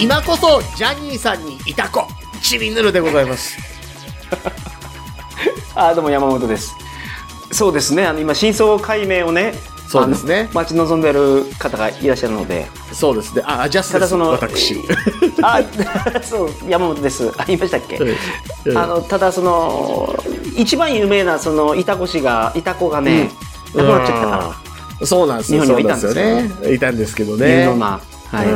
今こそジャニーさんにいたこちびぬるでございますあどうも山本ですそうですねあの今真相解明をねそうですねあの待ち望んでる方がいらっしゃるのでそうですねあアジャスたでだすその私あ そう山本ですあ言いましたっけ、うんあのただその一番有名なそのイタコ氏がイタコがね、うん亡くなっちゃったかそうなんです日よ本にはいたんそうですよなんですよねいたんですけどら、ね有能な、はいう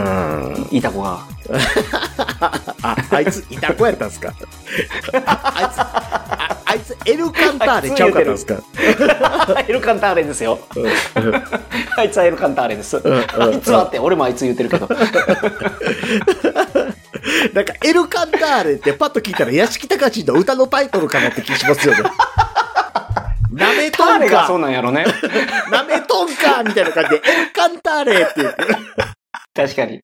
んイタコが ああいついたこやったんすかああいつああいつエルカンターレちゃうかったんすかエルカンターレですよ うんうんあいつはエルカンターレです、んうんあいつはって俺もあいつ言ってる けどなんかエルカンターレってパッと聞いたら屋敷隆の歌のタイトルかなって気しますよね なめタとーんレがそうかなんやろねなめとんかみたいな感じでエルカンターレって言って確かに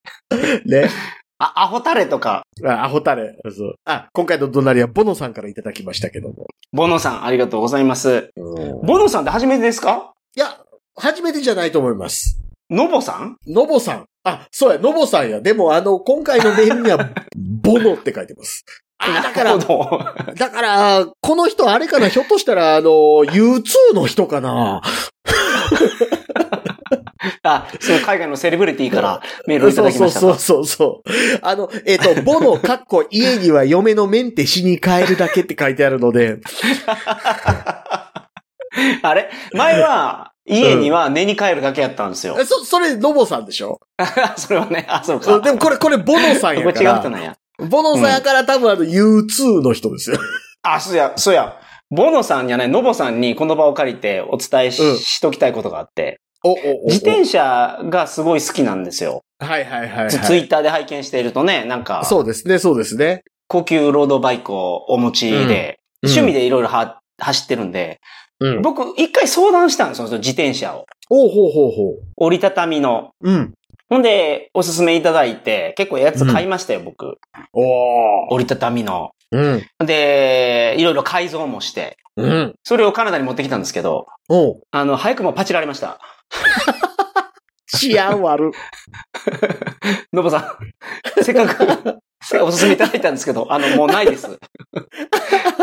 ね。 あアホタレとかあ、アホタレ。そう。あ、今回の隣はボノさんからいただきましたけども。ボノさんありがとうございますいボノさんって初めてですかや、初めてじゃないと思います。ノボさんノボさん。あ、そうや、ノボさんや。でも、あの、今回のメールには、 ボノって書いてます。あ、だからなる、ほど だから、この人あれかな、ひょっとしたら、あの、U2 の人かな。あ、その海外のセレブリティからメールをいただきましたそか。うそうそうそう。あの、えっ、 と、ボノ、かっこ、家には嫁のメンテしに帰るだけって書いてあるの で、あれ前は、家には寝に帰るだけやったんですよ。そ、それ、ノボさんでしょ それはね、あ、そうか。うんでもこれ、これ、ボノさんそやこ違うから。人なんや。ボノさんやから多分あの U2 の人ですよ。あ、そうや、そうや。ボノさんじゃない、ノボさんにこの場を借りてお伝えし,、うんときたいことがあって、おおお自転車がすごい好きなんですよ。はいはいはい、ツはツイい。ッターで拝見しているとね、なんか、そうですね、そうですね。高級ロードバイクをお持ちで、うん趣味でいろいろは走ってるんで、うん。僕一回相談したんですよ、その自転車を。おうほうほうほう。折りたたみの。うん。ほんで、おすすめいただいて、結構やつ買いましたよ、僕。おお。折りたたみの。うん。で、いろいろ改造もして、うん。それをカナダに持ってきたんですけど、おう。あの、早くもパチられました。治安 悪。のぼさ ん、せっかく、せっかくおすすめいただいたんですけど、あの、もうないです。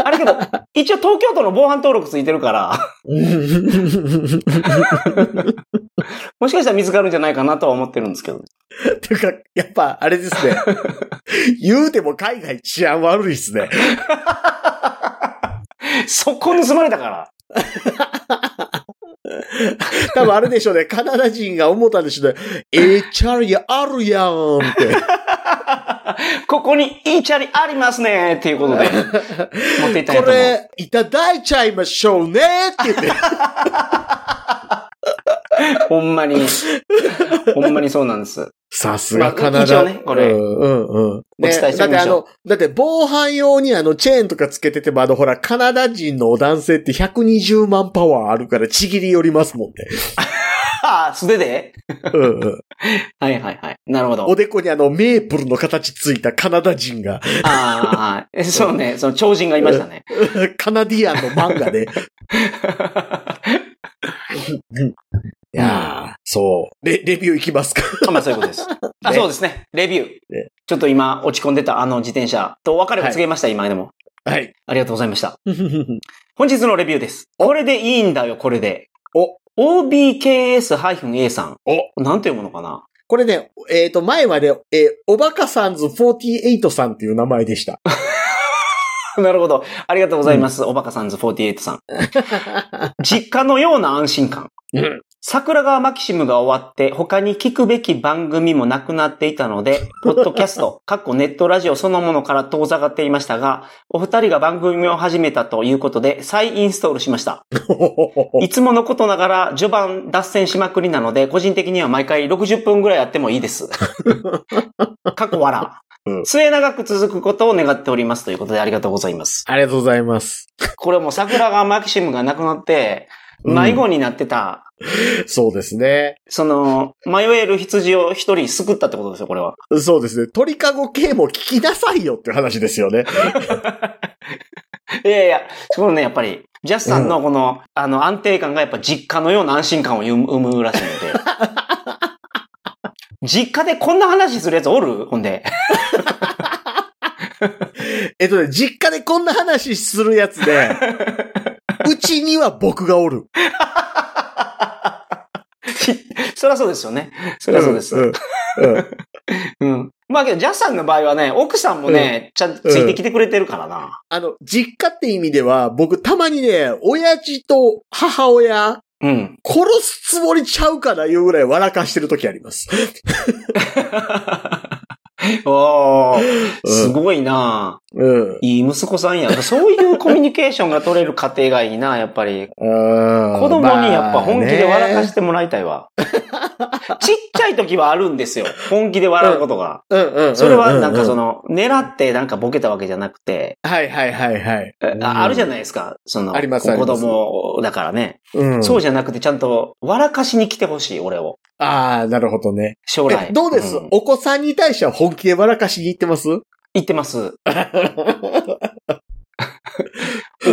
あれけど、一応東京都の防犯登録ついてるから、もしかしたら見つかるんじゃないかなとは思ってるんですけど。てか、やっぱ、あれですね。 言うても海外治安悪いっすね。そこ盗まれたから。多分あれでしょうね。カナダ人が思ったんでしょうね。ええチャリあるやんって。 ここにいいチャリありますねっていうこ とで、持っていったんやこと思う。れ、いただいちゃいましょうねって言って。ほ んまに、ほんまにそうなんです。さすがカナダ。まあ一応ねこれうんうんうん。ねお伝だえしておっきてまあしょうの、だって防犯用にあのチェーンとかつけててもあのほら、カナダ人の男性って120万パワーあるからちぎり寄りますもんね。ああ、素手でうんうん。はいはいはい。なるほど。おでこにあのメープルの形ついたカナダ人が、 ああ、えそうね、その超人がいましたね。カナディアンの漫画で。いやー、そう。レ、レビューいきますか。 まあそういうことです。あ、ねそうですね。レビューね。ちょっと今落ち込んでたあの自転車とお別れを告げました、今でも。はい。 ありがとうございました。本日のレビューです。これでいいんだよ、これで。お、 obks-a さん。お、なんて読むのかなこれね、えっ、と、前まで、えーおばかさんず48さんっていう名前でした。 なるほど。ありがとうございます。おばかさんズ48さん。 実家のような安心感。うん桜川マキシムが終わって、他に聞くべき番組もなくなっていたので、 ポッドキャスト、かっこネットラジオそのものから遠ざかっていましたが、お二人が番組を始めたということで、再インストールしました。いつものことながら、序盤脱線しまくりなので、個人的には毎回60分ぐらいやってもい いです。過去笑。うん末永く続くことを願っておりますということでありがとうございます。ありがとうございます。これはもう桜川マキシムが亡くなって、迷子になってた、そうですね。その、迷える羊を一人救ったってことですよ、これは。そうですね。鳥かご系も聞きなさいよっていう話ですよ ね。いやいや、そのね、やっぱり、ジャスさんのこの、あの、 安定感がやっぱ実家のような安心感を生む生むらしいので。実家でこんな話するやつおるほんで。 えっとね、実家でこんな話するやつ で、うちには僕がおる。そりゃそうですよね。そりゃそうです。んんうんうん。まあけど、ジャスさんの場合はね、奥さんもね、ちゃんとついてきてくれてるからな。あの、実家って意味では、僕たまにね、親父と母親、うん。殺すつもりちゃうかないうぐらい笑かしてる時あります。おー、うんすごいな、うん。いい息子さんや。そういうコミュニケーションが取れる家庭がいいな、やっぱり。子子供にやっぱ本気で笑かしてもらいた いわ。ちっちゃい時はあるんですよ。本気で笑うことが。て、うんうんうんそれはなんかその、の、狙ってなんかボケたわけじゃなくて、はいはいはいはい。ああるじゃない、いですか。その、ありますあり子ます供だからね。うん、そうじゃなくてちゃんと笑かしに来てほしい、俺を。ああ、なるほどね。将え来。どうです、んお子さんに対しては本気で笑かしに行ってます 言ってます。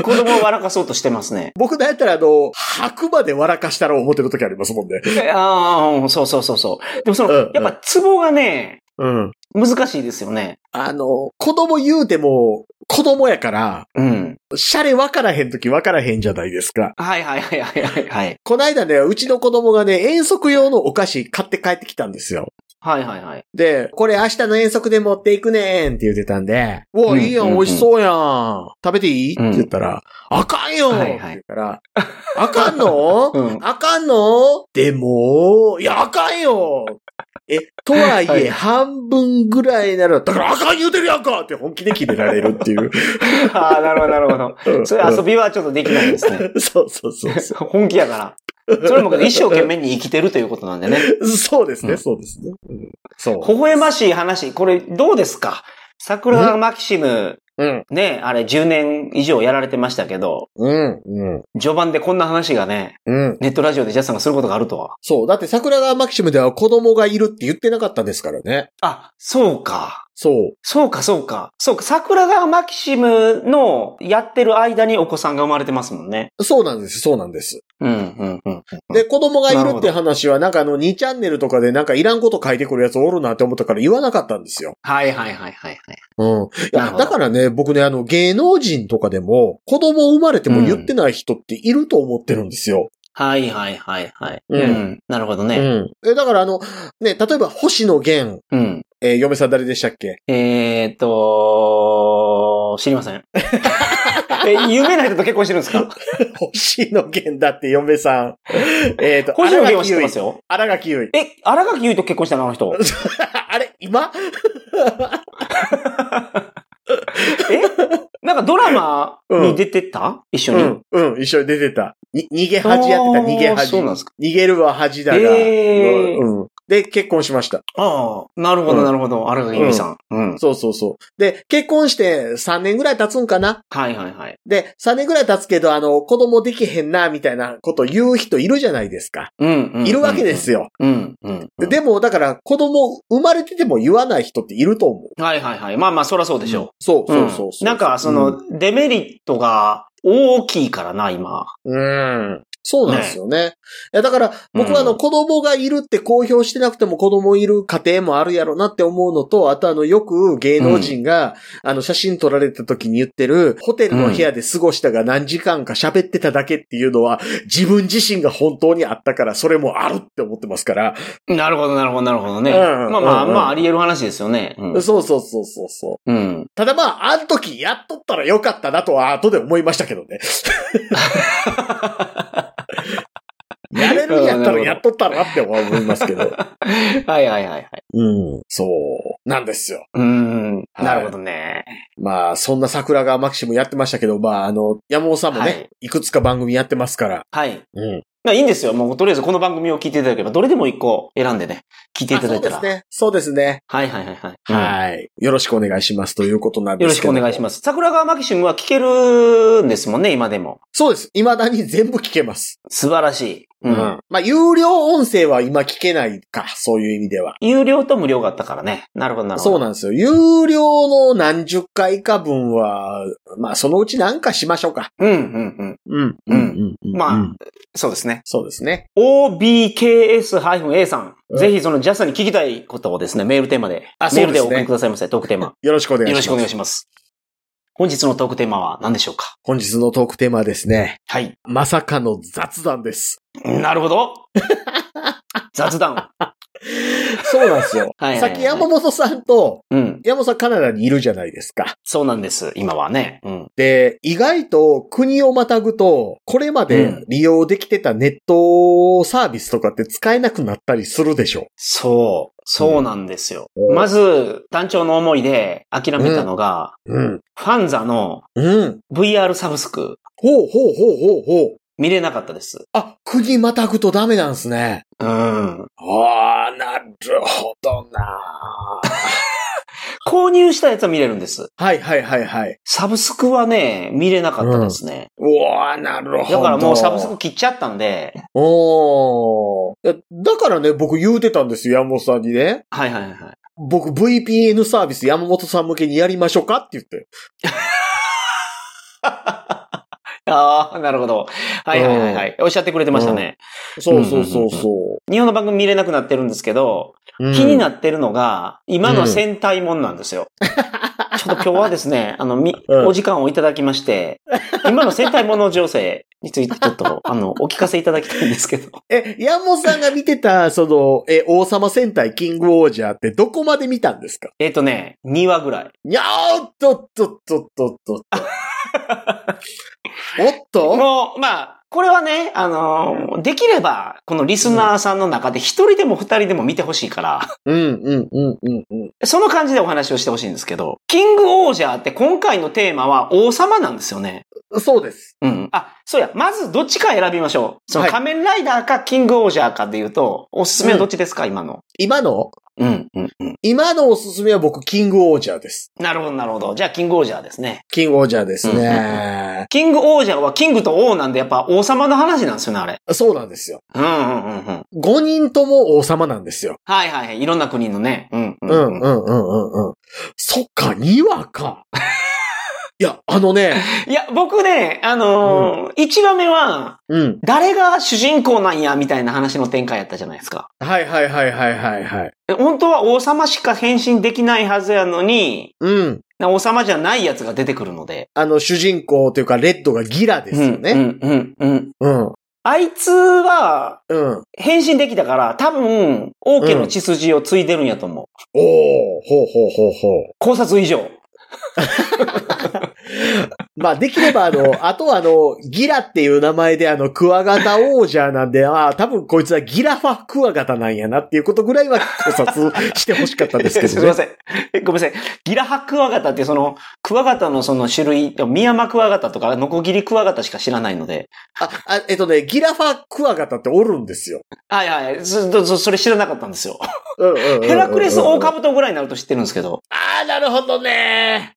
子供を笑かそうとしてま すね。僕だったらあの、吐くまで笑かしたら思ってる時ありますもんね。ああ、うんそうそうそうそう。でもその、うんうんやっぱツボがね、うん。難しいですよね。あの、子供言うても、子供やから、うん。シャレ分からへん時分からへんじゃないですか。はいはいはいはいはいはい。こないだね、うちの子供がね、遠足用のお菓子買って帰ってきたんですよ。はいはいはい。で、これ明日の遠足で持っていくねーんって言ってたんで、ううわ、んいいや、うんん美味しそうやん。食べていいってうん言ったら、あかんよはいってはい言うから、あかんのうん。あかんのでも、いや、あかんよえ、とはいはえ、い半分ぐらいなら、だからあかん言うてるやんかって本気で決められるっていう。 ああ、なるほどなるほど。 そういう遊びはちょっとできないです ね。び。そうそうそうそ本気やから。それも一生懸命に生きてるということなん でね。う。そうですうね、んそうですね。うんそう。微笑ましい話、これどうですか桜マキシム、うん。ね、あれ10年以上やられてましたけど、うん。うん。序盤でこんな話がね、うん。ネットラジオでジャスさんがすることがあるとは。そう。だって桜川マキシムでは子供がいるって言ってなかったですからね。あ、そうか。そう。そうか、そうか。そうか、桜川マキシムのやってる間にお子さんが生まれてますもんね。そうなんです、そうなんです。うん、うん、うん。で、子供がいなるるほっどて話は、なんかあの、2チャンネルとかでなんかいらんこと書いてくるやつおるなって思ったから言わなかったんですよ。はい、はい、はい、はい。はいうん。いなるや、ほどだからね、僕ね、あの、芸能人とかでも、子供生まれても言ってない人っていると思ってるんですよ。はい、はい、はい、はい。うんうん。なるほどうん。ね。えだからあの、ね、例えば、星野源、うん。えー嫁さん誰でしたっけ えーっと、知りませ ん。え、有名な人と結婚してるんですか星野源だって嫁さん。えっと、 星野源は知ってますよ。よ。荒垣結え、荒垣結衣と結婚したのあの人。衣。 あれ今なんかドラマに出てった、一緒うに。ん、うん、一緒に出てた。に逃げ恥やってた、逃げあー恥。そうなんですか。逃げるは恥だが、えーうん。で、結婚しました。ああ、なるほうど、んなるほど。荒垣結衣さん。うん。そうそうそう。で、結婚して3年ぐらい経つんかなはいはいはい。で、3年ぐらい経つけど、あの、子供できへんな、みたいなこと言う人いるじゃないですか。うんうん。いるわけですよ。よ。うんうん。うんでも、だから、子供生まれてても言わない人っていると思う。はいはいはい。まあまあ、そらそうでしょそうう。そうそうそう。んなんか、そうん、の、デメリットが大きいからな、今。うん。そうなんですよね。いやだから、僕はあうの、ん子供がいるって公表してなくても子供いる家庭もあるやろなって思うのと、あとあの、よく芸能人が、あの、写真撮られた時に言ってる、ホテルの部屋で過ごしたが何時間か喋ってただけっていうのは、自分自身が本当にあったから、それもあるって思ってますから。なるほど、なるほど、なるほどね。うんまあまあ、うんうんまあ、あり得る話ですよね。うんそうそうそうそうそう。うん。ただまあ、あの時やっとったらよかったなとは後で思いましたけど ね。やれるんやったらやっとったらなって は思いますけ ど。はいはいはいはい。うん。そう。なんですよ。うん。はいなるほどね。まあ、そんな桜川マキシムやってましたけど、まあ、あの、山本さんもね、はいい、くつか番組やってますから。はい。うん。まあいいんですよ。もうとりあえずこの番組を聞いていただければ、どれでも一個選んでね、聞いていあただそういたでら。すね。そうですね。はいはいはいはい。はい。よろしくお願いしますということなんよでろすしけくど。お願いします。桜川マキシムは聞けるんですもんね、今でも。す。そうです。未だに全部聞けます。素晴らしい。うん。まあ、有料音声は今聞けないか、そういう意味では。有料と無料があったからね。なるほど、なるほど。そうなんですよ。有料の何十回か分は、まあ、そのうち何かしましょうか。うん、うん、うん。うん。うんん。うんまあうんそうですね。そうですね。 obks-a さん。うんぜひその JASA に聞きたいことをですね、メールテーマであ。メールでおそうですね送りくださいませ、トークテーマ。よろしくお願いよします。ろしくお願いします。本日のトークテーマは何でしょうか本日のトークテーマはですね、はい。まさかの雑談です。なる ほど。雑談。そうなんですよ。はいは いさはいっき山本さんと、うん。山本さんカナダにいるじゃないですか。そうなんです、今はね。うん。で、意外と国をまたぐと、これまで利用できてたネットサービスとかって使えなくなったりするでしょ。そう。そうなんですよ。うんまず、団長の思いで諦めたのが、うん。ファンザのうん。 VR サブスク、ほうほうほうほうほう。見れなかったです。あ、国またぐとダメなんですね。うん。ああ、なるほどな。購入したやつは見れるんです。はいはいはいはい。サブスクはね、見れなかったですね。うわーなるほど。だからもうサブスク切っちゃったんで、おーいやだからね、僕言うてたんですよ、山本さんにね。はいはいはい。僕 VPN サービス山本さん向けにやりましょうかって言って。ああ、なるほど。はいはいはいはい。おっしゃってくれてましたね。そうそうそうそ日本の番組見れなくなってるんですけど、う。うん気になってるのが、今の戦隊もんなんですよ。ちょっと今日はで すね、あの、み、うんお時間をいただきまして、今の戦隊もの情勢についてちょっと、あの、お聞かせいただきたいんですけど。え、山本さんが見てた、その、え、王様戦隊キングオージャーってどこまで見たんですかえっとね、2話ぐらい。にゃーっとっとっとっとっ とっと。おっともう、まあ、これはね、あのーできれば、このリスナーさんの中で一人でも二人でも見てほしいから、 うんうんうんうんうん。その感じでお話をしてほしいんですけど、キングオージャーって今回のテーマは王様なんですよね。そうです。うん。あ、そうや。まずどっちか選びましょう。そのはい仮面ライダーかキングオージャーかで言うと、おすすめはどっちですか、今の。今の、うん、うん、うん。今のおすすめは僕キングオージャーです。なるほど、なるほど。じゃあ、キングオージャーですね。キングオージャーですうんね。キングオージャーはキングと王なんで、やっぱ王様の話なんですよね、あれ。そうなんですよ。うん、うん、うん、うん。 5人とも王様なんですよ。はい、はい、はい。いろんな国のね。うん、ううんうん。うんうんうん。そっか、2話 か。いや、あのね、いや、僕ね、あのー1話目は、うん。誰が主人公なんや、みたいな話の展開やったじゃないですか。はいはいはいはいはいはい。え本当は王様しか変身できないはずやのに、うん。な王様じゃないやつが出てくるので。あの、主人公というか、レッドがギラですようね。ん、うん、うんうん。うん。あいつは、うん。変身できたから、多分、王家の血筋を継いでるんやと思う。おおほうほうほうほ考察以上。う。まあ、できれば、あ の、あとはあの、ギラっていう名前で、あの、クワガタ王者なんで、ああ、多分こいつはギラファクワガタなんやなっていうことぐらいは考察してほしかったですけ すどみまね。せん。えごめんなさい。ギラハクワガタってその、クワガタのその種類、ミヤマクワガタとか、ノコギリクワガタしか知らないので。あ、あ、えっとね、ギラファクワガタっておるんですよ。はいはい。ずそそれ知らなかったんですよ。うんうんうんうんうんヘラクレスオオカブトぐらいになると知ってるんですけど。ああ、なるほどね。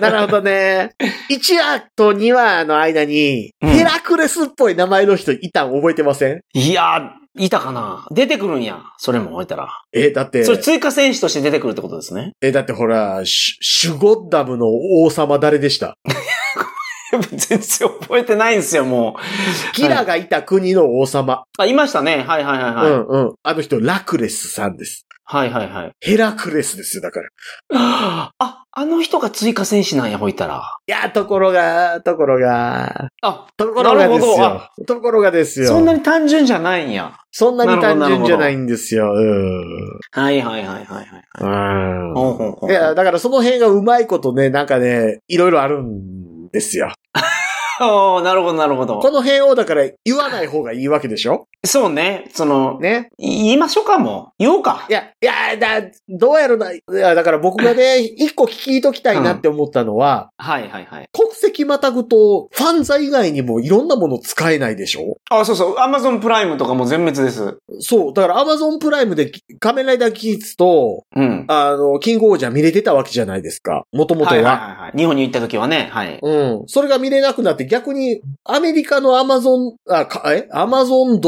なるほどね。1話と2話の間に、うんヘラクレスっぽい名前の人いたん覚えてませんいやー、いたかな出てくるんや。それも置いたら。え、だってそ、れ追加選手として出てくるってことですね。 え、だってほら、シュシュゴッダムの王様誰でした全然覚えてないんですよ、もう。ギラがいた国の王様。あ、いましたね。はいはいはいはい。うんうん。あの人、ラクレスさんです。はいはいはい。ヘラクレスですよ、だから。いあ、あの人が追加選手なんや、ほいたら。や、ところが、ところが、あ、ところがですなるよ。ところがですよ。そんなに単純じゃないんや。そんなに単なるほ純どじゃないんですよ。うんはいはいはいはいはい。うん。ほうほうほういや、だからその辺がうまいことね、なんかね、いろいろあるんですよ。 おーなるほどなるほどこ。の辺をだから言わない方がいいわけでしょそうね。その、ね。い言いましょうか、もう。言おうかい。や、いや、だ、どうやろな。いや、だから僕が ね、一個聞いときたいなって思ったのは、はいはいはい。国籍またぐと、ファンザ以外にもいろんなもの使えないでしょあ、そうそう。アマゾンプライムとかも全滅です。そう。だからアマゾンプライムで仮面ライダー技術と、うん。あの、キングオージャー見れてたわけじゃないですか。もともとはいはいは。はいはい。日本に行った時はね、はい。うん。それが見れなくなって逆に、アメリカのアマゾン、あ、か、えアマゾン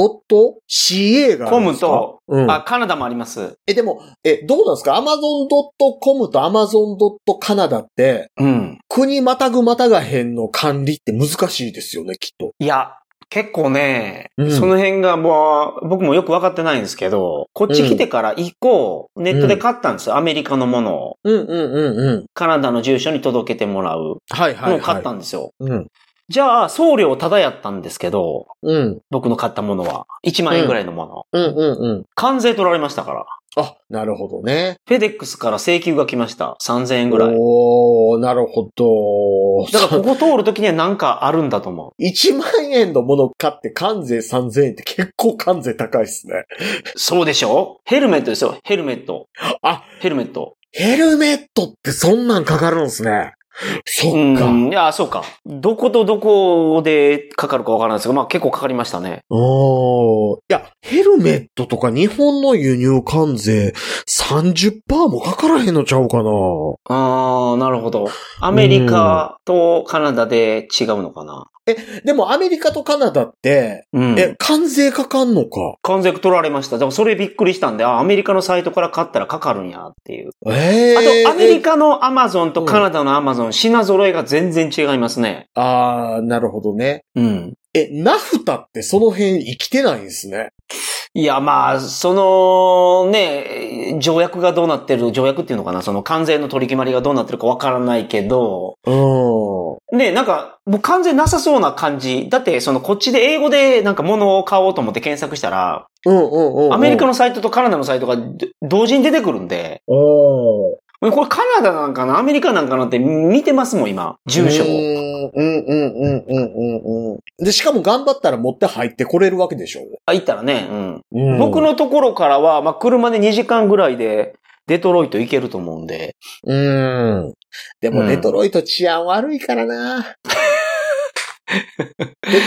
.ca があコるんでムすか。と、うん。あ、カナダもあります。え、でも、え、どうなんですかアマゾン .com とアマゾン .canada って、うん。国またぐまたがへんの管理って難しいですよね、きっと。いや、結構ね、うんその辺がもう、僕もよく分かってないんですけど、こっち来てから以降、ネットで買ったんですよ。アメリカのものを。うんうんうんうん。カナダの住所に届けてもらうはいはい、のはをい。買ったんですよ。うん。じゃあ、送料ただやったんですけど、うん。僕の買ったものは。1万円ぐらいのもの。うんうんうん。関税取られましたから。あ、なるほどね。フェデックスから請求が来ました。3000円ぐらい。おー、なるほど。だから、ここ通るときには何かあるんだと思う。 1万円のもの買って関税3000円って結構関税高いですね。そうでしょヘルメットですよ。ヘルメット。あ、ヘルメット。ヘルメットってそんなんかかるんですね。そっか。うん。いや、そうか。どことどこでかかるかわからないですけど、まあ結構かかりましたね。おーいや、ヘルメットとか日本の輸入関税30%もかからへんのちゃうかな。ああ、なるほど。アメリカとカナダで違うのかな。でもアメリカとカナダって、うん。え、関税かかんのか。関税取られました。でもそれびっくりしたんで、あ、アメリカのサイトから買ったらかかるんやっていう。えあー、と、アメリカ。カのアマゾンとカナダのアマゾン、品揃えが全然違いますね。あー、なるほどね。うん。え、ナフタってその辺生きてないんですね。いや、まあ、その、ね、条約がどうなってる、条約っていうのかな、その関税の取り決まりがどうなってるかわからないけど、うーん。ね、なんか、もう関税なさそうな感じ。だって、その、こっちで英語でなんか物を買おうと思って検索したら、うんうんうんうん。アメリカのサイトとカナダのサイトがど同時に出てくるんで、おー。これカナダなんかな、アメリカなんかなって見てますもん、今。住所うを。んうんうんうんうんうん。で、しかも頑張ったら持って入ってこれるわけでしょ。あ、行ったらね、うん。うん僕、のところからは、まあ、車で2時間ぐらいで、デトロイト行けると思うんで。うん。でも、うんデトロイト治安悪いから な。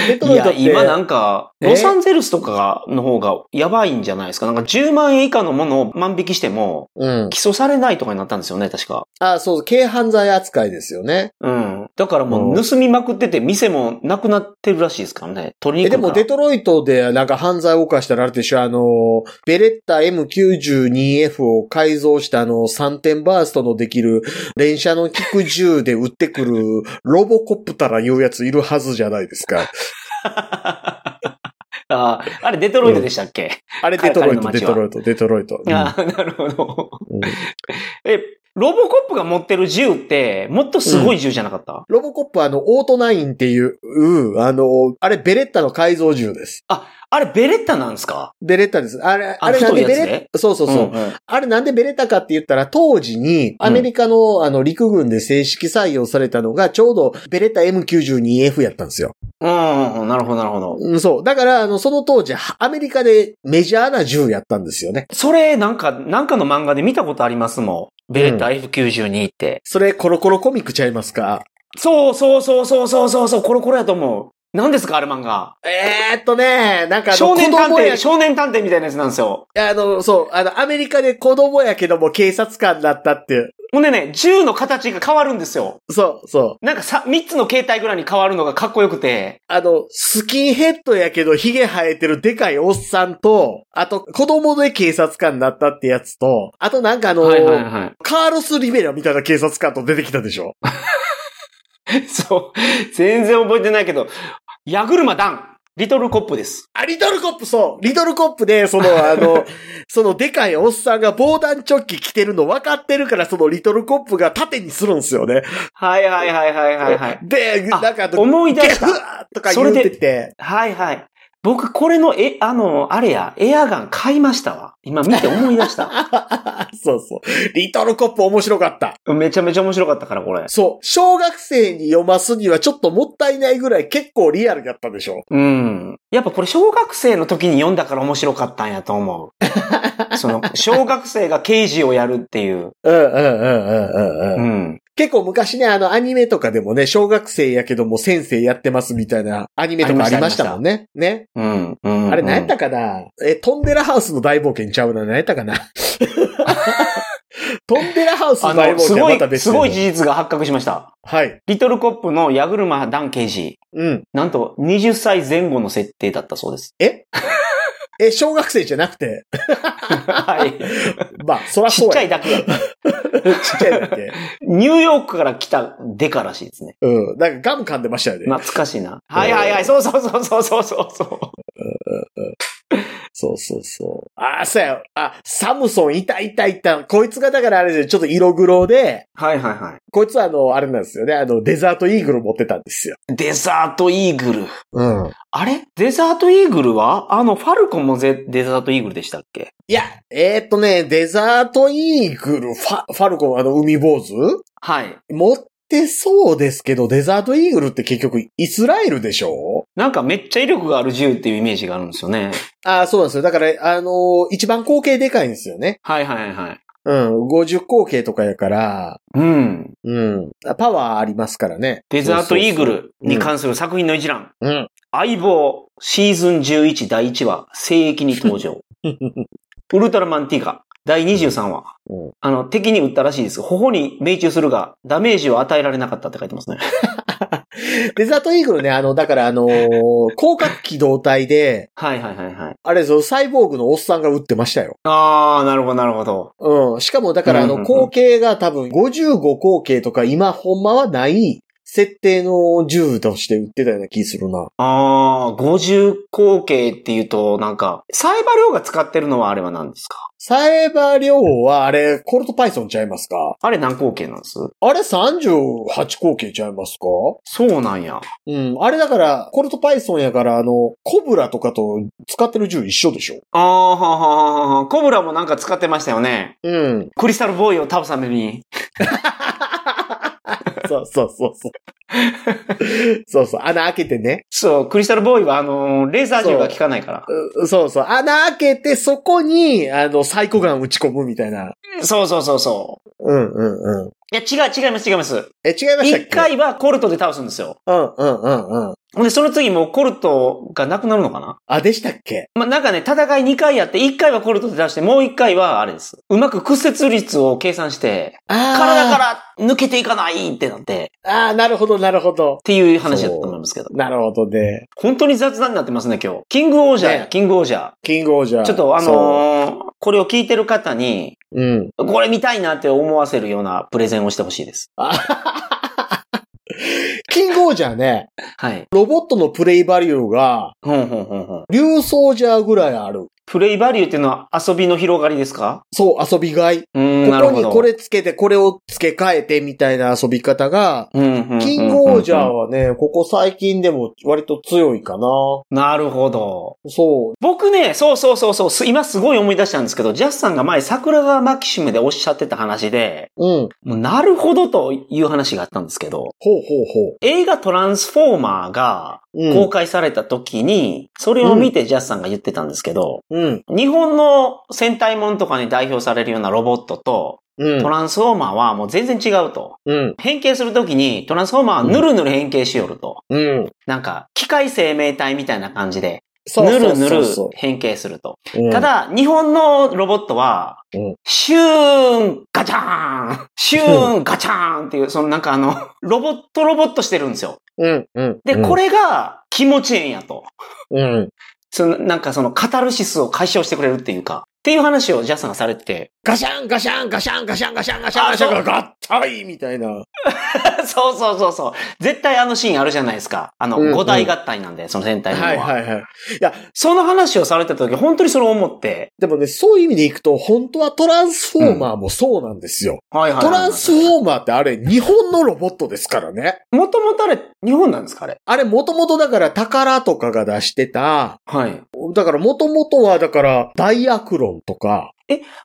デデトロいイトや、って。今なんか、えロサンゼルスとかの方がやばいんじゃないですか。なんか10万円以下のものを万引きしても、うん。起訴されないとかになったんですよね、確か。あ、そう、軽犯罪扱いですよね。うん。だからもう盗みまくってて、店もなくなってるらしいですからね。取りえ、にで行くかもら。デトロイトでなんか犯罪を犯したらあれでしょ、あの、ベレッタ M92F を改造したあの、3点バーストのできる、連射の効く銃で撃ってくる、ロボコップたらいうやついるはずじゃないです か。あーあれデトロイトでしたっけ、あれ、デトロイト、彼デ彼のトロイト、デトロイト。うんああ、なるほど。うんえ、ロボコップが持ってる銃って、もっとすごい銃じゃなかった、ロボコップはあの、オートナインっていう、うんあの、あれ、ベレッタの改造銃です。あれベレッタなんですかベレッタです。あれ、あれなん太いでやつベねレッタ、そうそうそう。んんあれなんでベレタかって言ったら、当時にアメリカの、あの陸軍で正式採用されたのが、ちょうどベレタ M92F やったんですよ。うんうんうん、なるほど、なるほど。うん、そう。だから、あの、その当時、はアメリカでメジャーな銃やったんですよね。それ、なんか、なんかの漫画で見たことありますもん。ベレッタ F92 って。それ、コロコロコミックちゃいますかそうそうそうそうそうそうそう、コロコロやと思う。何ですか、あれ漫画。えーっとね、なんかあの、少年子探供や偵、少年探偵みたいなやつなんですよ。あの、そう、あの、アメリカで子供やけども警察官だったって。ほんでね、銃の形が変わるんですよ。そう、そう。なんかさ、3つの形態ぐらいに変わるのがかっこよくて。あの、スキンヘッドやけど、ヒゲ生えてるでかいおっさんと、あと、子供で警察官になったってやつと、あとなんかあの、はいはいはカーロス・リベラみたいな警察官と出てきたでしょ。い。 そう。全然覚えてないけど、矢車ダン、リトルコップです。あ、リトルコップ、そうリトルコップで、 その、あの、そのでかいおっさんが防弾チョッキ着てるの分かってるから、そのリトルコップが縦にするんですよね。はいはいはいはいはいはい。で、あなんかあの、思い出したゲフーとか言うてて。はいはい。僕、これの、え、あの、あれや、エアガン買いましたわ。今見て思い出した。 そうそう。リトルコップ面白かった。めちゃめちゃ面白かったから、これ。そう。小学生に読ますにはちょっともったいないぐらい結構リアルだったでしょ。うん。やっぱこれ、小学生の時に読んだから面白かったんやと思 う。その、小学生が刑事をやるっていう。うんうんうんうんう。うんん。結構昔ね、あのアニメとかでもね、小学生やけども先生やってますみたいなアニメとかありましたもんね。ね。うん。うん。あれ何やったかなえ、トンデラハウスの大冒険ちゃうな。何やった かなトンデラハウスあの大冒の、す険はごまたい、別すでごい事実が発覚しました。はい。リトルコップの矢車ダン刑事。うん。なんと20歳前後の設定だったそう です。え、小学生じゃなくて。はい。まあ、そらちそっうちゃや。いだけやった。ちっちゃいだけ。ニューヨークから来たデカらしいですね。うん。なんかガム噛んでましたよね。懐かしいな。はいはいはい、そうそうそうそうそうそうそう。そうそうそう。あ、そうや。あ、サムソンいたいたいた。こいつがだからあれですよ、ちょっと色黒で、はいはいはこいつはあの、あれなんですよね。あの、デザートイーグル持ってたんですよ。い。デザートイーグル。うん。あれデザートイーグルはあの、ファルコンもぜデザートイーグルでしたっけいや、えーっとね、デザートイーグル、ファ、ファルコン、あの、海坊主はい。持ってそうですけど、デザートイーグルって結局イスラエルでしょなんかめっちゃ威力がある銃っていうイメージがあるんですよね。ああ、そうなんですよ。だから、あのー一番口径でかいんですよね。はいはいはい。うん、50口径とかやから、うん。うん、パワーありますからね。デザートイーグルに関する作品の一覧。相棒、シーズン11第1話、聖域に登 場。うん。ウルトラマンティガ、第23話。うんあの、敵に撃ったらしいです。頬に命中するが、ダメージを与えられなかったって書いてますね。デザートイーグルね、あの、だからあのー広角機動隊で、はいはいはいはい。あれですよ、サイボーグのおっさんが撃ってましたよ。あー、なるほどなるほど。うん。しかも、だから、あうんの、うんうん口径が多分55口径とか、今、ほんまはない設定の銃として売ってたような気するな。あー、50口径っていうと、なんか、サイバリョウが使ってるのはあれは何ですかサイバー量は、あれ、コルトパイソンちゃいますかあれ何口径なんですあれ38口径ちゃいますかそうなんや。うん。あれだから、コルトパイソンやから、あの、コブラとかと使ってる銃一緒でしょあー、はははははコブラもなんか使ってましたよね。うん。クリスタルボーイを倒すために。 そうそうそうそう。そうそう。穴開けてね。そう、クリスタルボーイはあのーレーザー銃が効かないから。うそうそう。穴開けて、そこに、あの、サイコガン打ち込むみたいな。そうそうそうそうんうんうん。う。いや、違う、違います、違います。え、違いましたっけ一回はコルトで倒すんですよ。うんうんうんうん。ほんで、その次もうコルトがなくなるのかなあ、でしたっけまあ、なんかね、戦い2回やって、1回はコルトで倒して、もう1回はあれです。うまく屈折率を計算して、あー体から抜けていかないってなって、っあーなるほどなるほど。ていう話だと思いますけど。なるほどね。本当に雑談になってますね、今日。キングオージャーや、ねキングオージャキングオージャー。ー。ちょっとあそうのーこれを聞いてる方に、うん。これ見たいなって思わせるようなプレゼンをしてほしいです。あキングオージャーね、はい。ロボットのプレイバリューが、ほんほんほんほん。竜ソージャーぐらいある。プレイバリューっていうのは遊びの広がりですかそう、遊びがい。うーん、こなこるほにど。これつけて、これを付け替えてみたいな遊び方が、うん、うんうん。キングオージャーうんはね、ここ最近でも割と強いかな。なるほど。そう。僕ね、そうそうそうそうす、今すごい思い出したんですけど、ジャスさんが前、桜川マキシムでおっしゃってた話で、うん。もうなるほどという話があったんですけど、ほうほうほ映画トランスフォーマーがう。うん。公開された時に、それを見てジャスさんが言ってたんですけど、うん。日本の戦隊もんとかに代表されるようなロボットと、うトん。ランスフォーマーはもう全然違うと。うん。変形するときに、トランスフォーマーはぬるぬる変形しよると。うん。なんか、機械生命体みたいな感じで、そうぬそうるぬそるうそ変形すると。う。うんた、だ、日本のロボットはうん、シューン、ガチ ャーン、シューン、ガチャーンっていう、そのなんかあの、ロボットロボットしてるんですよ。うん、うん。で、これが気持ちええんやと。れ、うん。その、なんかそのカタルシスを解消してくれるっていうか、っていう話をジャスさんがされて て、ガシャン、ガシャン、ガシャン、ガシャン、ガシャン、ガシャン、ガシャン、ガシャンが合体みたいな。そうそうそうそう。絶対あのシーンあるじゃないですか。あの、うんうん五大合体なんで、その戦隊ものはいは。はいはい。その話をされてた時、本当にそれを思って。でもね、そういう意味でいくと、本当はトランスフォーマーもそうなんですよ。はいはいはいトランスフォーマーってあれ、日本のロボットですからね。もともとあれ、日本なんですかあれ。あれ、もともとだから、宝とかが出してた、はい。だから、もともとは、だから、ダイアクロンとか、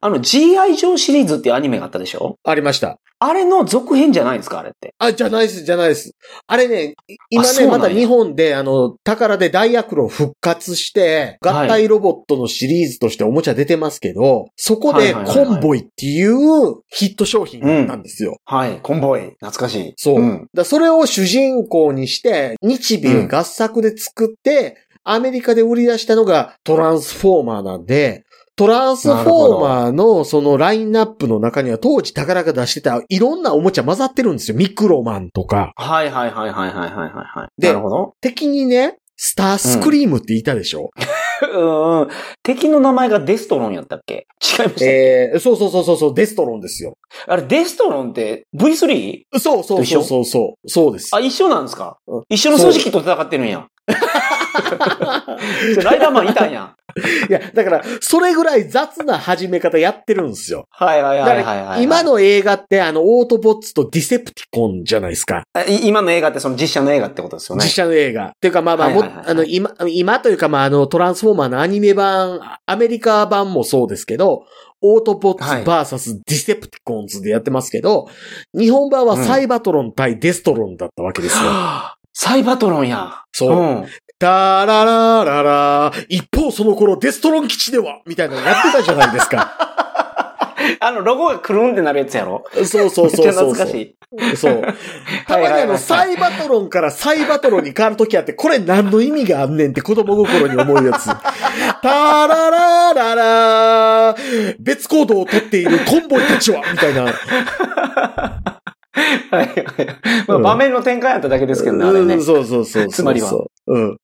あの、G.I. ジョーシリーズっていうアニメがあったでしょありました。あれの続編じゃないんですかあれって。あ、じゃないです、じゃないです。あれね、い今そね、うまなんやた日本で、あの、宝でダイアクロン復活して、はい合体ロボットのシリーズとしておもちゃ出てますけど、そこはいではいはいはいコンボイっていうヒット商品があったんですよ。はい。コンボイ。懐かしい。そう。んだそれを主人公にして、日米合作で作って、アメリカで売り出したのがトランスフォーマーなんで、トランスフォーマーのそのラインナップの中には当時宝が出してたいろんなおもちゃ混ざってるんですよ。ミクロマンとか。はいはいはいはいはいはいはい。でなるほど。敵にね、スタースクリームっていたでしょ、うんうん。敵の名前がデストロンやったっけ違いました。えー、そうそうそうそうそう、デストロンですよ。あれ、デストロンって V3? そうそうそうそうそう。そうです。あ、一緒なんですかうん一緒の組織と戦ってるんや。 それライダーマンいたんや。いや、だから、それぐらい雑な始め方やってるんですよ。はいはいだはかいはいはら、い。今の映画ってあの、オートボッツとディセプティコンじゃないですか。あい今の映画ってその実写の映画ってことですよね実。写の映画。っていうか、まあまあ、もはいはいはいはいあの、今、今というか、まあ、あの、トランスフォーマーのアニメ版、アメリカ版もそうですけど、オートボッはツいバーサスディセプティコンズでやってますけど、日本版はサイバトロン対デストロンだったわけですよ。はあ サイバトロンや。そうう。ん。ダララララ、一方その頃デストロン基地ではみたいなのやってたじゃないです か。あの、ロゴがくるんってなるやつやろ。そうそうめっそちうゃそう 懐かそしう。い。そう。たまにはいあはいはいはの、いサイバトロンからサイバトロンに変わるときあって、これ何の意味があんねんって子供心に思う やつ。タララララ別行動をとっているコンボイたちはみたいな。はいはいまあうん場面の展開やっただけですけどね、あれうねん。そうそうそうそう。 つまりはうん。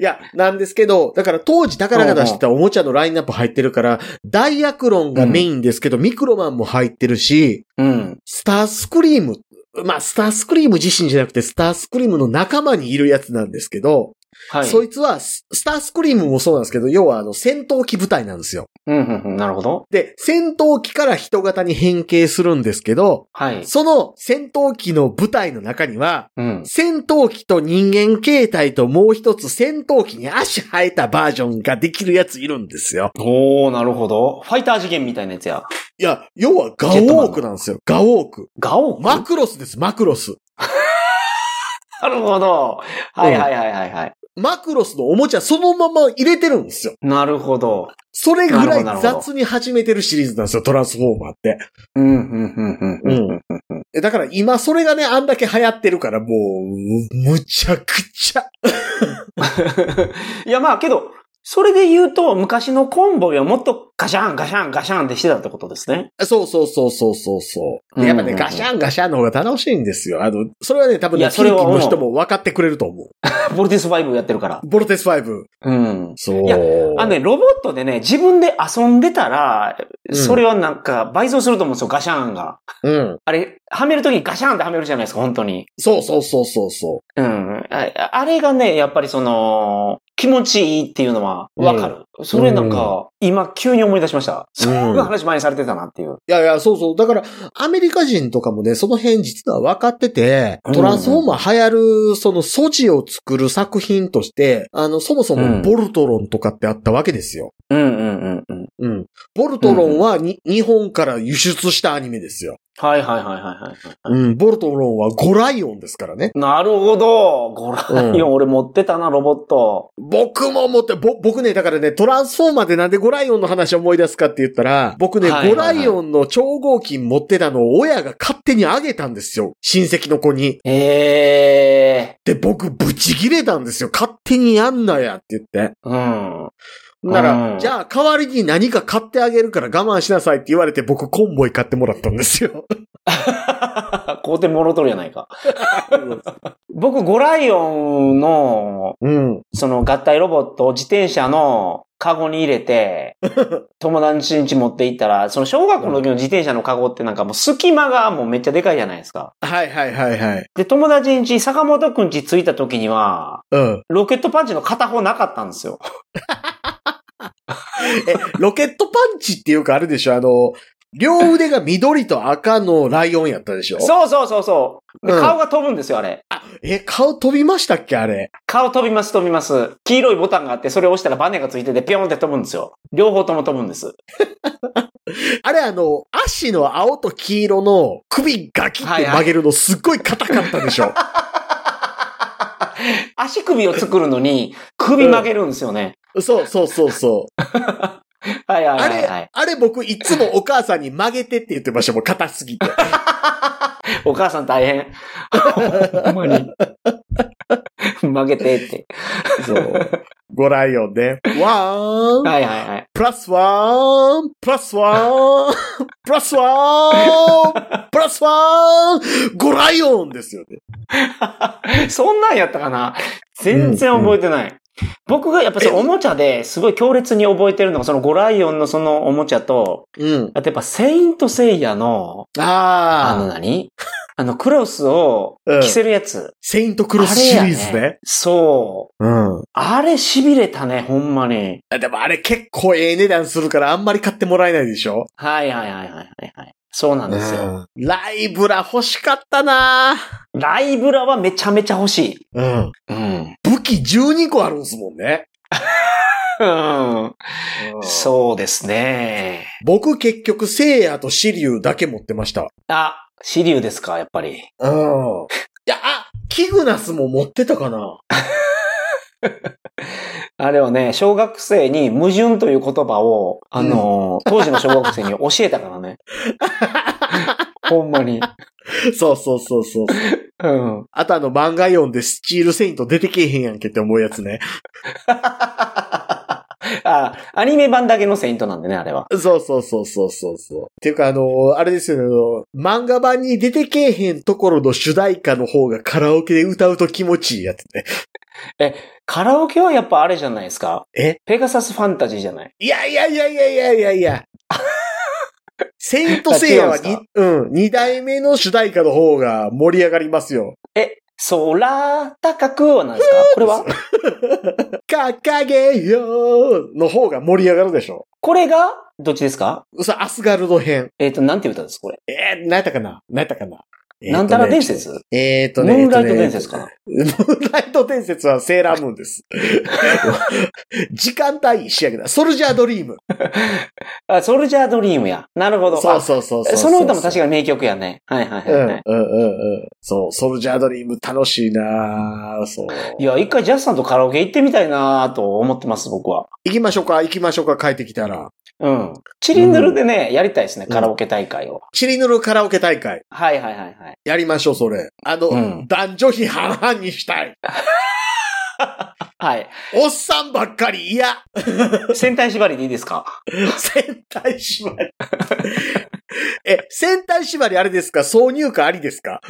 いや、なんですけど、だから当時宝が出してたおもちゃのラインナップ入ってるから、ダイアクロンがメインですけど、ミクロマンも入ってるし、うん。スタースクリーム、まあ、スタースクリーム自身じゃなくて、スタースクリームの仲間にいるやつなんですけど、はい。そいつはス、スタースクリームもそうなんですけど、要はあの、戦闘機部隊なんですよ。うん、うん、うん。なるほど。で、戦闘機から人型に変形するんですけど、はい。その戦闘機の部隊の中には、うん。戦闘機と人間形態ともう一つ戦闘機に足生えたバージョンができるやついるんですよ。おー、なるほど。ファイター次元みたいなやつや。いや、要はガオークなんですよ。ガオーク。ガオーマクロスです、マクロス。なるほど。はいはいはいはいはい。マクロスのおもちゃそのまま入れてるんですよ。なるほど。それぐらいなるほどなるほ雑に始めてるシリーズなんですよ、トランスフォーマーって。うん、うん、うん、うんうんうん。うんえだから今それがね、あんだけ流行ってるから、もう、むちゃくちゃ。 いや、まあけど、それで言うと、昔のコンボイはもっとガシャン、ガシャン、ガシャンってしてたってことですね。そうそうそうそうそうそう。うんやっぱね、ガシャンガシャンの方が楽しいんですよ。あの、それはね、多分いね、やフそィれリはピン思うの人も分かってくれると思ボルティス5やってるからう。。ボルテス5。うん。そう。いやあのね、ロボットでね、自分で遊んでたら、うんそれはなんか倍増すると思うんですよ、ガシャーンが。うん。あれ、はめるときにガシャーンってはめるじゃないですか、本当に。そうそうそうそうそうん。ああれがね、やっぱりその、気持ちいいっていうのはわかる。それなんか、今急に思い出しましう。た。そうんん。な話前にされてたなっていう。いやいや、そうそう。だから、アメリカ人とかもね、その辺実は分かってて、トランスフォーマー流行る、その素地を作る作品として、あの、そもそうもんボルトロンとかってあったわけですよ。うんうんうんうん。うん。ボルトロンはに、日本から輸出したアニメですよ。はいはいはいはいはい。うん。ボルトロンはゴライオンですからね。なるほど。ご覧よ、う俺持ってたな、ロボット。僕も持って、ぼ、僕ね、だからね、トランスフォーマーでなんでゴライオンの話を思い出すかって言ったら、僕ね、はいゴはラいはいイオンの超合金持ってたのを親が勝手にあげたんですよ。親戚の子に。へえ。で、僕、ブチギレたんですよ。勝手にやんなやって言って。うん。 なうら、んじゃあ代わりに何か買ってあげるから我慢しなさいって言われて僕コンボイ買ってもらったんですよ。皇帝もろとるやな いか。僕、ゴライオンの、うん。その合体ロボットを自転車のカゴに入れ て、友達ん家持って行ったら、その小学校の時の自転車のカゴってなんかもう隙間がもうめっちゃでかいじゃないですか。はいはいはいはい。で、友達ん家、坂本くん家着いた時には、うん。ロケットパンチの片方なかったんですよ。え、ロケットパンチっていうかあれでしょあの、両腕が緑と赤のライオンやったでしょそうそうそうそう。でうん顔が飛ぶんですよ、あれ。え、顔飛びましたっけあれ。顔飛びます、飛びます。黄色いボタンがあって、それを押したらバネがついてて、ピョンって飛ぶんですよ。両方とも飛ぶんです。あれあの、足の青と黄色の首ガキって曲げるのすっごい硬かったでし ょ足首を作るのに、首曲げるんですよね。そうそうそうそう。はいはいあはいれ、はい。あれ僕いつもお母さんに曲げてって言ってま したもん、硬すぎて。お母さん大変。 ほんまに。曲げてって。そう。ご覧よね。ワン、はいはいはい。プラスワン、プラスワ ン、プラスワン、プラスワン、ご覧よんですよね。そんなんやったかな全然覚えてない。僕がやっぱそのおもちゃですごい強烈に覚えてるのが、そのゴライオンのそのおもちゃと、うん。あとやっぱセイントセイヤの、あのああ、何あのクロスを着せるやつ。セイントクロスシリーズあれやね。そう。うん。あれ痺れたね、ほんまに。あでもあれ結構ええ値段するからあんまり買ってもらえないでしょはいはいはいはいはいはい。そうなんですよ。うんライブラ欲しかったなライブラはめちゃめちゃ欲しい。うん。うん。武器12個あるんすもんね。うん。う。そうですね。僕結局、聖夜とシリュウだけ持ってました。あ、シリウですか、やっぱり。うん。いや、あ、キグナスも持ってたかなあれはね、小学生に矛盾という言葉を、あのー、当時の小学生に教えたか らね。ほんまに。そうそうそうそう。うん。あとあの漫画読んでスチールセイント出てけえへんやんけって思うやつね。あ、アニメ版だけのセイントなんでね、あれは。そうそうそうそうそうそう。っていうかあの、あれですよね、あの漫画版に出てけえへんところの主題歌の方がカラオケで歌うと気持ちいいやつね。カラオケはやっぱあれじゃないですか。えペガサスファンタジーじゃない。いやいやいやいやいやいやい や。セイントセイヤは違うんにす、うん、二代目の主題歌の方が盛り上がりますよ。え、空高くはな いですかこれは掲げようの方が盛り上がるでしょ。これが、どっちですかさ、アスガルド編。えっ、と、なんていう歌ですこれ。えー、何やったかな何やったかななんたら伝説説、えっとムね。ーンライト伝説かな、ムーンライト伝説はセーラームーンです。 時間帯仕上げだ。ソルジャードリーム。あ、ソルジャードリームや。なるほど。そうあそうそうう。その歌も確か名曲やね。はいはいはい、うはいんうんうんうん。そう、ソルジャードリーム楽しいなぁそう。いや、一回ジャスさんとカラオケ行ってみたいなと思ってます、僕は。行きましょうか、行きましょうか、帰ってきたら。うん。チリヌルでね、やりたいですね、うんカラオケ大会を。チリヌルカラオケ大会。はいはいはいはい。やりましょう、それ。あの、うん男女比半々にしたい。はい。おっさんばっかり 嫌。戦隊縛りでいいですか 戦隊縛り。え、戦隊縛りあれですか挿入歌ありですか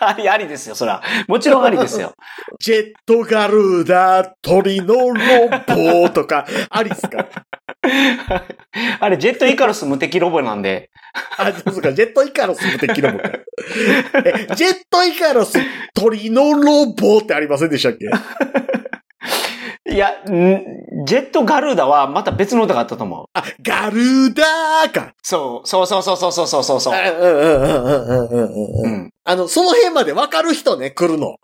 あり、ありですよ、そら。もちろんありですよ。 ジェットガルダ、鳥のロボとか、ありですかあれ、ジェットイカロス無敵ロボなんで。あ、そうか、ジェットイカロスもできるもんか。えジェットイカロス、鳥のロボってありませんでしたっけいや、んジェットガルーダはまた別の歌があったと思う。あ、ガルダーか。そう、そうそうそうそうそうそうそうそう。あうんうんうんうんうんうんううんん。あの、その辺までわかる人ね、来るの。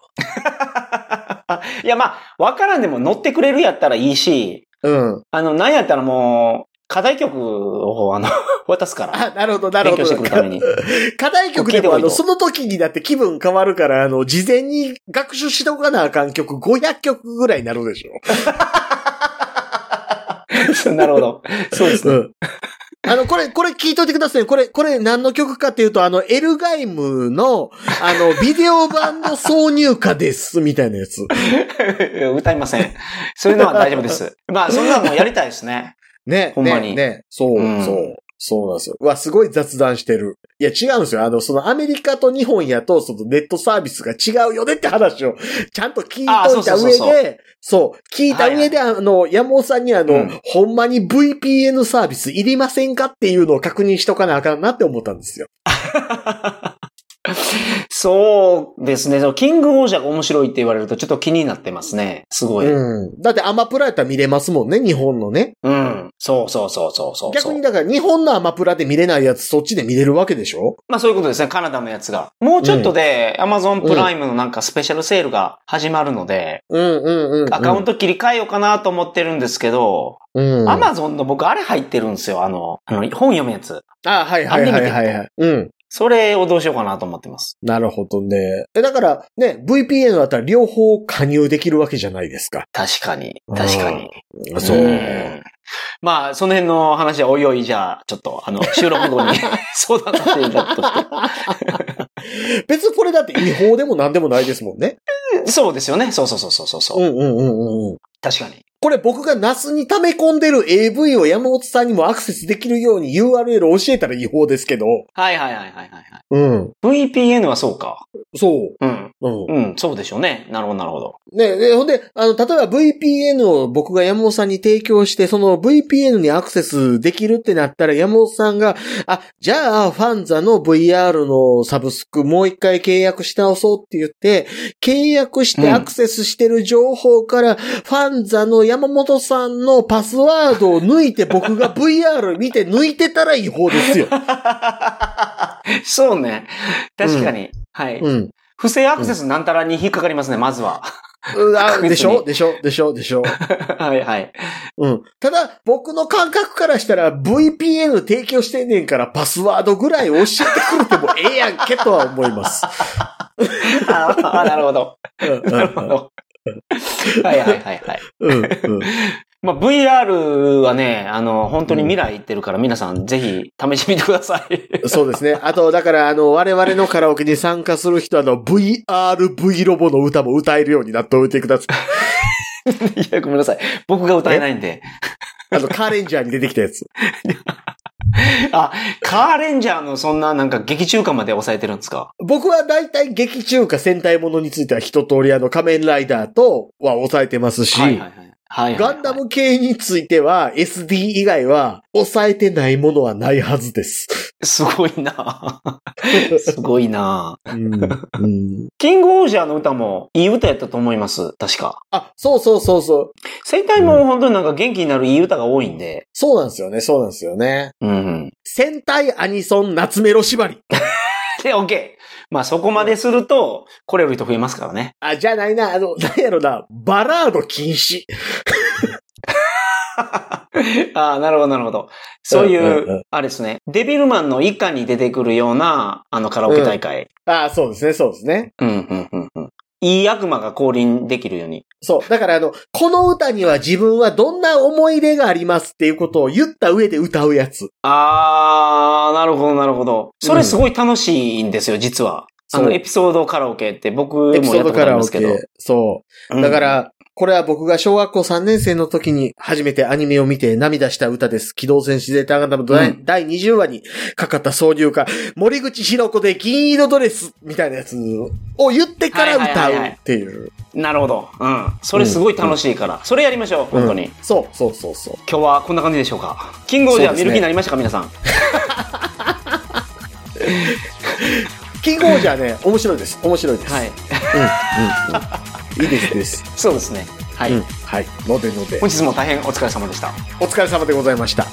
いや、まあ、わからんでも乗ってくれるやったらいいし、うん。あの、なんやったらもう、課題曲を、あの、 渡すから。あ、なるほど、なるほ勉ど。強してくるために。課題曲でも聞あの、いておいてその時にだって気分変わるから、あの、事前に学習しとかなあかん曲500曲ぐらいになるでしょ。そう なるほど。そうですね。 ん。あの、これ、これ聞いといてくださいね。これ、これ何の曲かっていうと、あの、エルガイムの、あの、ビデオ版の挿入歌です、みたいなやつ。歌いません。そういうのは大丈 夫です。まあ、そんなのやりたいですね。ね。ほんまにね。ねそう、うんそう。そうなんですよ。うわ、すごい雑談してる。いや、違うんですよ。あの、そのアメリカと日本やと、そのネットサービスが違うよねって話を、ちゃんと聞いあとそういそたうそう上そうで、そう、聞いた上で、あの、山本さんにあの、うんほんまに VPN サービスいりませんかっていうのを確認しとかなあかんなって思ったんですよ。そうですね。そのキング王者が面白いって言われるとちょっと気になってますね。すごい。うん。うん。だってアマプラやったら見れますもんね、日本のね。そうそうそうそうそう。逆にだから日本のアマプラで見れないやつそっちで見れるわけでしょまあそういうことですね。カナダのやつが。もうちょっとで Amazon プライムのなんかスペシャルセールが始まるので、うんうんうん。アカウント。ト切り替えようかなと思ってるんですけど、うん。アマゾンの僕あれ入ってるんですよ。あの、あの本読むやつ。あ、はいはいはいはいはい。うん。それをどうしようかなと思ってます。なるほどね。え、だからね、VPN だったら両方加入できるわけじゃないですか。確かに。確かに。ん。んまあ、その辺の話はおいおい、じゃあ、ちょっと、あの、収録後に 相談させていただくとし別にこれだって違法でも何でもないですもんね。 て。そうですよね。そうそうそうそうそうう。んうんうんうんうん。確かに。これ僕がナスに溜め込んでる AV を山本さんにもアクセスできるように URL を教えたら違法ですけど。はいはいはいはいはい。うん。 VPN はそうか。そうん。う。うん。うん、そうでしょうね。なるほど、なるほど。 ねで、ほんで、あの、例えば VPN を僕が山本さんに提供して、その VPN にアクセスできるってなったら山本さんが、あ、じゃあ、ファンザの VR のサブスクもう一回契約し直そうって言って、契約してアクセスしてる情報から、ファンザの山本さんのパスワードを抜いて僕が VR 見て抜いてたら違法です よ。そうね。確かに。はい、うん。不正アクセスなんたらに引っかかりますね、まずは。 うあ確実にでしょでしょでしょでしょはい はい。うん。ただ、僕の感覚からしたら VPN 提供してんねんからパスワードぐらい教えてくれてもええやんけとは思います。 ああ、なるほど。うん なるほど。はいはいはいはい。うんうんまあ、VR はね、あの、本当に未来行ってるから、皆さんぜひ試してみてください。 うんそうですね。あと、だから、あの、我々のカラオケに参加する人は、あの、VRV ロボの歌も歌えるようになっておいてください。いや、ごめんなさい。僕が歌えないんで。あの、カーレンジャーに出てきたやつ。あ、カーレンジャーのそんななんか劇中歌まで抑えてるんですか僕は大体劇中か戦隊ものについては一通り、あの、仮面ライダーとは抑えてますし、はいはいはい。はいはいはいガンダム系については SD 以外は抑えてないものはないはずです。すごいなすごいなうんうんキングオージャーの歌もいい歌やったと思います。確か。あ、そうそうそうそう。生体も本当になんか元気になるいい歌が多いんで。そうなんですよね、そうなんですよね。うん。戦隊アニソン夏メロ縛り。で、OK。まあそこまですると、これよりと増えますからね。あ、じゃないな、あの、なんやろな、バラード禁止。あ あ、なるほど、なるほど。そういうんうんうう、あれですね。デビルマンの一家に出てくるような、あの、カラオケ大会。あ、そうですね、そうですね。うん、うん、うん、うん。いい悪魔が降臨できるように。そう。だからあの、この歌には自分はどんな思い出がありますっていうことを言った上で歌うやつ。あー、なるほど、なるほど。それすごい楽しいんですよ、実は。あその、うエピソードカラオケって僕もエピソやードったことカありラまオすけどケ。。そう。うんだか、ら、これは僕が小学校3年生の時に初めてアニメを見て涙した歌です。機動戦士ゼータガンダム第,、うん第20話にかかった挿入歌、森口博子で銀色ドレスみたいなやつを言ってから歌うっていう。なるほど。うん。それすごい楽しいから。それやりましょう、本当に。うんそうそうそうそう。今日はこんな感じでしょうか。キングオージャーそうです見ねる気になりましたか、皆さん。キングオージャーね、面白いです。面白いです。 はい。いいですいいです。 そうですね。はい。うん。はい。のでので本。日も大変お疲れ様でした。お疲れ様でございました。